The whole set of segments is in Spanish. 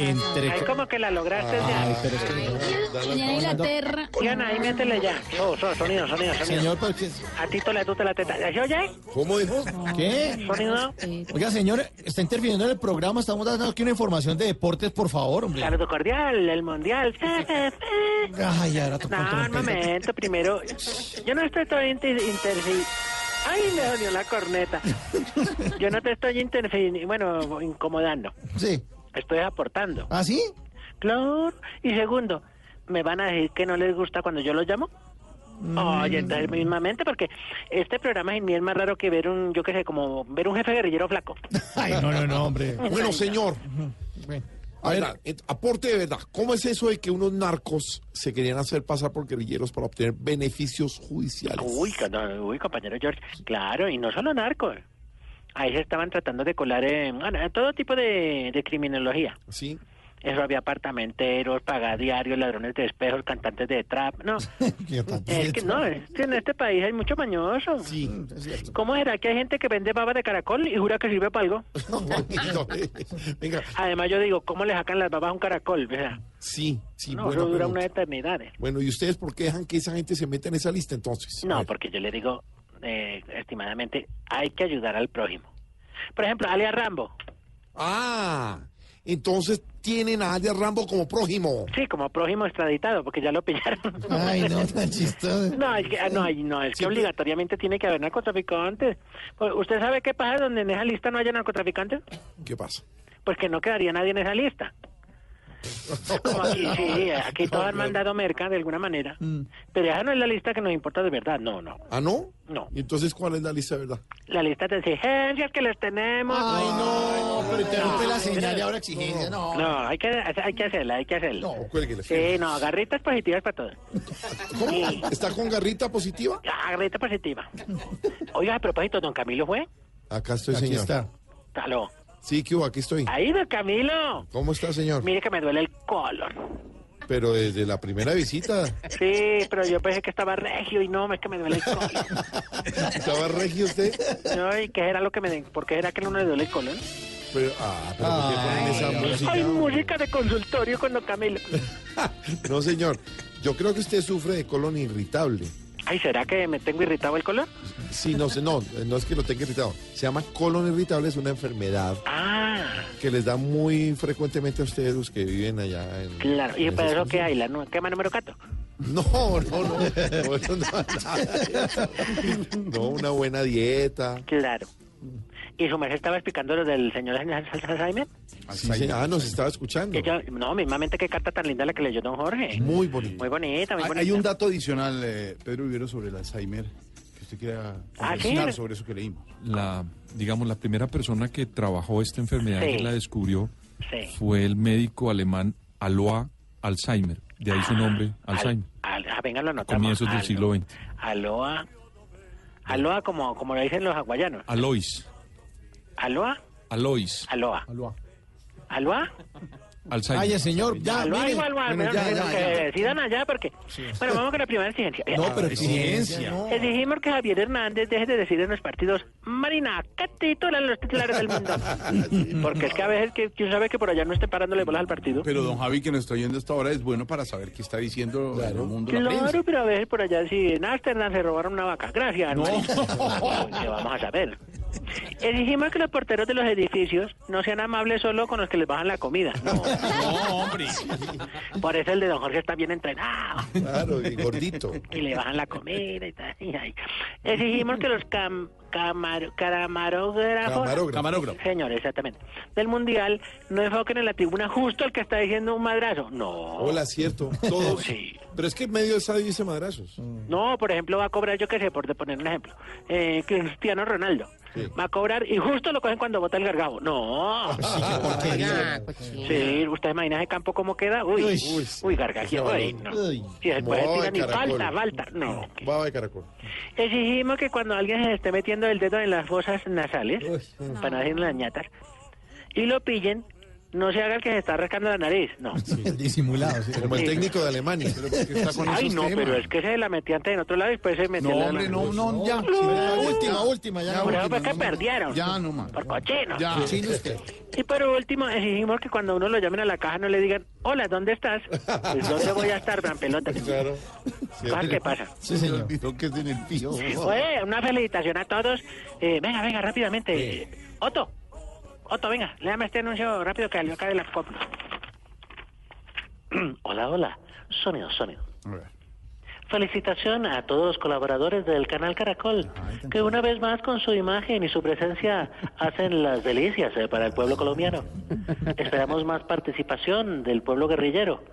entre... Ay, como que la lograste Ay, ya. pero es que... Y en Inglaterra. Diana, ahí métele ya. So, so, sonido, sonido, sonido. Señor, ¿por qué? A Tito le tuta la teta. ¿Ya se oye? ¿Cómo dijo? ¿Qué? Sonido. Oiga, señor, está interviniendo en el programa, estamos dando aquí una información de deportes, por favor, hombre. Saludo cordial, el mundial. Ay, ahora tocó No, un trompeta. momento, primero. Yo no te estoy inter... interfi- Ay, me dolió la corneta. Yo no te estoy interfi... Bueno, incomodando. Sí. Estoy aportando. ¿Ah, sí? Claro. Y segundo, ¿me van a decir que no les gusta cuando yo los llamo? Oye, entonces mismamente, porque este programa es es más raro que ver un, yo qué sé, como ver un jefe guerrillero flaco. Ay, no, no, no, hombre. Bueno, señor, Bueno, a ver, ahora, et- aporte de verdad. ¿Cómo es eso de que unos narcos se querían hacer pasar por guerrilleros para obtener beneficios judiciales? Uy, co- no, uy, compañero George, claro, y no solo narcos. Ahí se estaban tratando de colar eh, bueno, todo tipo de, de criminología. Sí. Eso había apartamenteros, pagadiarios, ladrones de espejos, cantantes de trap. No, qué tal. es que no, es que en este país hay mucho mañoso. Sí. ¿Cómo será que hay gente que vende baba de caracol y jura que sirve para algo? eh. Venga, Además, yo digo, ¿cómo le sacan las babas a un caracol? O sea, sí, sí, no, buena eso dura pregunta. una eternidad. eh. Bueno, ¿y ustedes por qué dejan que esa gente se meta en esa lista entonces? A No, ver. porque yo le digo, eh, estimadamente, hay que ayudar al prójimo. Por ejemplo, Alia Rambo. Ah, entonces tienen a Alias Rambo como prójimo. Sí, como prójimo extraditado, porque ya lo pillaron. Ay, no, tan chistoso. No, es que, ah, no, ay, no, es que obligatoriamente tiene que haber narcotraficantes. Pues, ¿Usted sabe qué pasa donde en esa lista no haya narcotraficantes? ¿Qué pasa? Pues que no quedaría nadie en esa lista. Como aquí, sí, aquí todos han mandado merca de alguna manera. Pero esa no es la lista que nos importa de verdad, no, no. ¿Ah, no? No. ¿Y entonces cuál es la lista de verdad? La lista de exigencias que les tenemos. Ay, no, pero interrumpe la señal y ahora exigencia. No, No, hay que, hay que hacerla, hay que hacerla. No, pues, cuélguele. Sí, no, garritas positivas para todos. ¿Cómo? Sí. ¿Está con garrita positiva? Ah, Garrita positiva. Oiga, a propósito, don Camilo fue. Acá estoy, aquí señor. está. Aló. Sí, que hubo? aquí estoy. Ahí, don Camilo. ¿Cómo está, señor? Mire que me duele el colon. Pero desde la primera visita Sí, pero yo pensé que estaba regio y no, es que me duele el colon. estaba regio usted. No, ¿y qué era lo que me den? ¿Por qué era que no me duele el colon? Pero, ah, pero ¿por qué ponen esa música? Hay música de consultorio con don Camilo. No, señor. Yo creo que usted sufre de colon irritable. Ay, ¿será que me tengo irritado el colon? Sí, no sé, no, no es que lo tenga irritado. Se llama colon irritable, es una enfermedad Ah, que les da muy frecuentemente a ustedes los que viven allá en. claro. ¿Y en para esas eso qué zonas. hay? ¿La nu- quema número 4? No, no, no. No, eso no, nada. No, una buena dieta. Claro. Y su merced estaba explicando lo del señor Alzheimer. Sí, sí, ah, nos estaba escuchando. Que yo- no, mismamente qué carta tan linda la que leyó don Jorge. Muy bonito. Muy bonita, muy Hay, bonita. hay un dato adicional, eh, Pedro Vivero, sobre el Alzheimer, que usted quiera Ah, ¿sí? reflexionar sobre eso que leímos. la, digamos, la primera persona que trabajó esta enfermedad Sí. y la descubrió Sí. fue el médico alemán Alois Alzheimer. De ahí su nombre, Al- Alzheimer. al- ah, venga, lo anotamos. comienzos del Alo- siglo XX. Aloa. Aloa, como, como lo dicen los hawaianos. Alois. Aloa, Alois. aloa. Aloa. Ah, Alzheimer. Ay, el señor, ya, Aloa Ah, mire. igual, igual. Bueno, pero ya, no, ya, que ya. decidan allá porque... Bueno, vamos con la primera exigencia. No, pero exigencia. no. Exigimos que Javier Hernández deje de decir en los partidos, Marina, ¿qué titulan los titulares del mundo? Porque es que a veces, que, ¿quién sabe que por allá no esté parándole bolas al partido? Pero don Javi, que nos está oyendo hasta ahora, es bueno para saber qué está diciendo el mundo la Claro, prensa. pero a veces por allá sí, en Ámsterdam se robaron una vaca. Gracias, no. vamos a saber. Exigimos que los porteros de los edificios no sean amables solo con los que les bajan la comida. No. No, hombre. Por eso el de don Jorge está bien entrenado. Claro, y gordito. Y le bajan la comida y tal. y ahí. Exigimos que los cam, camar- camarógrafos... Camarógrafo. Camarógrafo. Señor, exactamente. Del Mundial, no enfoquen en la tribuna justo al que está diciendo un madrazo. No. Hola, cierto. Todos. Sí. Pero es que medio de sabio dice madrazos. Mm. No, por ejemplo, va a cobrar, yo qué sé, por de poner un ejemplo, eh, Cristiano Ronaldo. Sí. Va a cobrar y justo lo cogen cuando bota el gargabo. No. Ah, Sí, ¿ustedes imaginan el campo cómo queda? Uy, Uy, uy, uy, gargajió, ese uy, no. balón. Uy. Si después Ay, tiran y caracol. falta, falta. No. Baba de caracol. Exigimos que cuando alguien se esté metiendo el dedo en las fosas nasales, para no decir en las ñatas, y lo pillen, no se haga el que se está rascando la nariz. No. El disimulado. sí. Como el técnico de Alemania. Pero ¿por qué está con Ay, esos no, temas? pero es que se la metió antes en otro lado y después se metió No, en la- hombre, no, no, ya. Sí, ya, última, última, ya. Ya, la Por bueno. última. eso fue que no, no. perdieron. Ya, no más. Por cochino. Ya, sí, usted. Y por último, exigimos que cuando uno lo llamen a la caja no le digan, hola, ¿dónde estás? Pues ¿dónde voy a estar, gran pelota? Claro. Cosas que pasan. Sí, señor. Olvidó que es en el pío. Oye, una felicitación a todos. Eh, venga, venga, rápidamente. Otto, Otto, venga, léame este anuncio rápido que salió acá de la COP. hola, hola. Sonido, sonido. A ver. Felicitación a todos los colaboradores del canal Caracol, que una vez más con su imagen y su presencia hacen las delicias eh, para el pueblo colombiano. Esperamos más participación del pueblo guerrillero.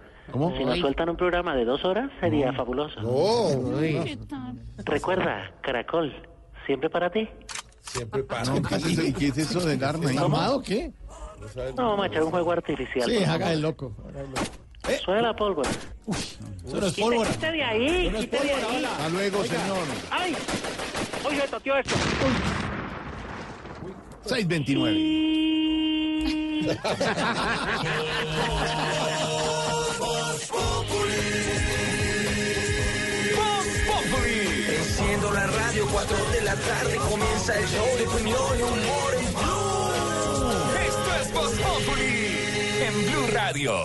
Si nos sueltan un programa de dos horas, sería Mm. fabuloso. Oh, Recuerda, Caracol, siempre para ti. siempre pasa. No, ¿qué es eso, ¿Qué es eso del arma? ¿Está ahí? armado o qué? No, vamos a echar un juego artificial. Sí, por favor. haga el loco. haga el loco. Suena la pólvora. Eso no es Quite, pólvora. quite de ahí, No es quite de pólvora, ahí. hola. Hasta luego, señor. ¡Ay! ¡Uy, se toteó esto! 629. Enciendo la radio, 4 de la tarde comienza el show de opinión y humor en Blue. Esto es Voz Populi en Blue Radio.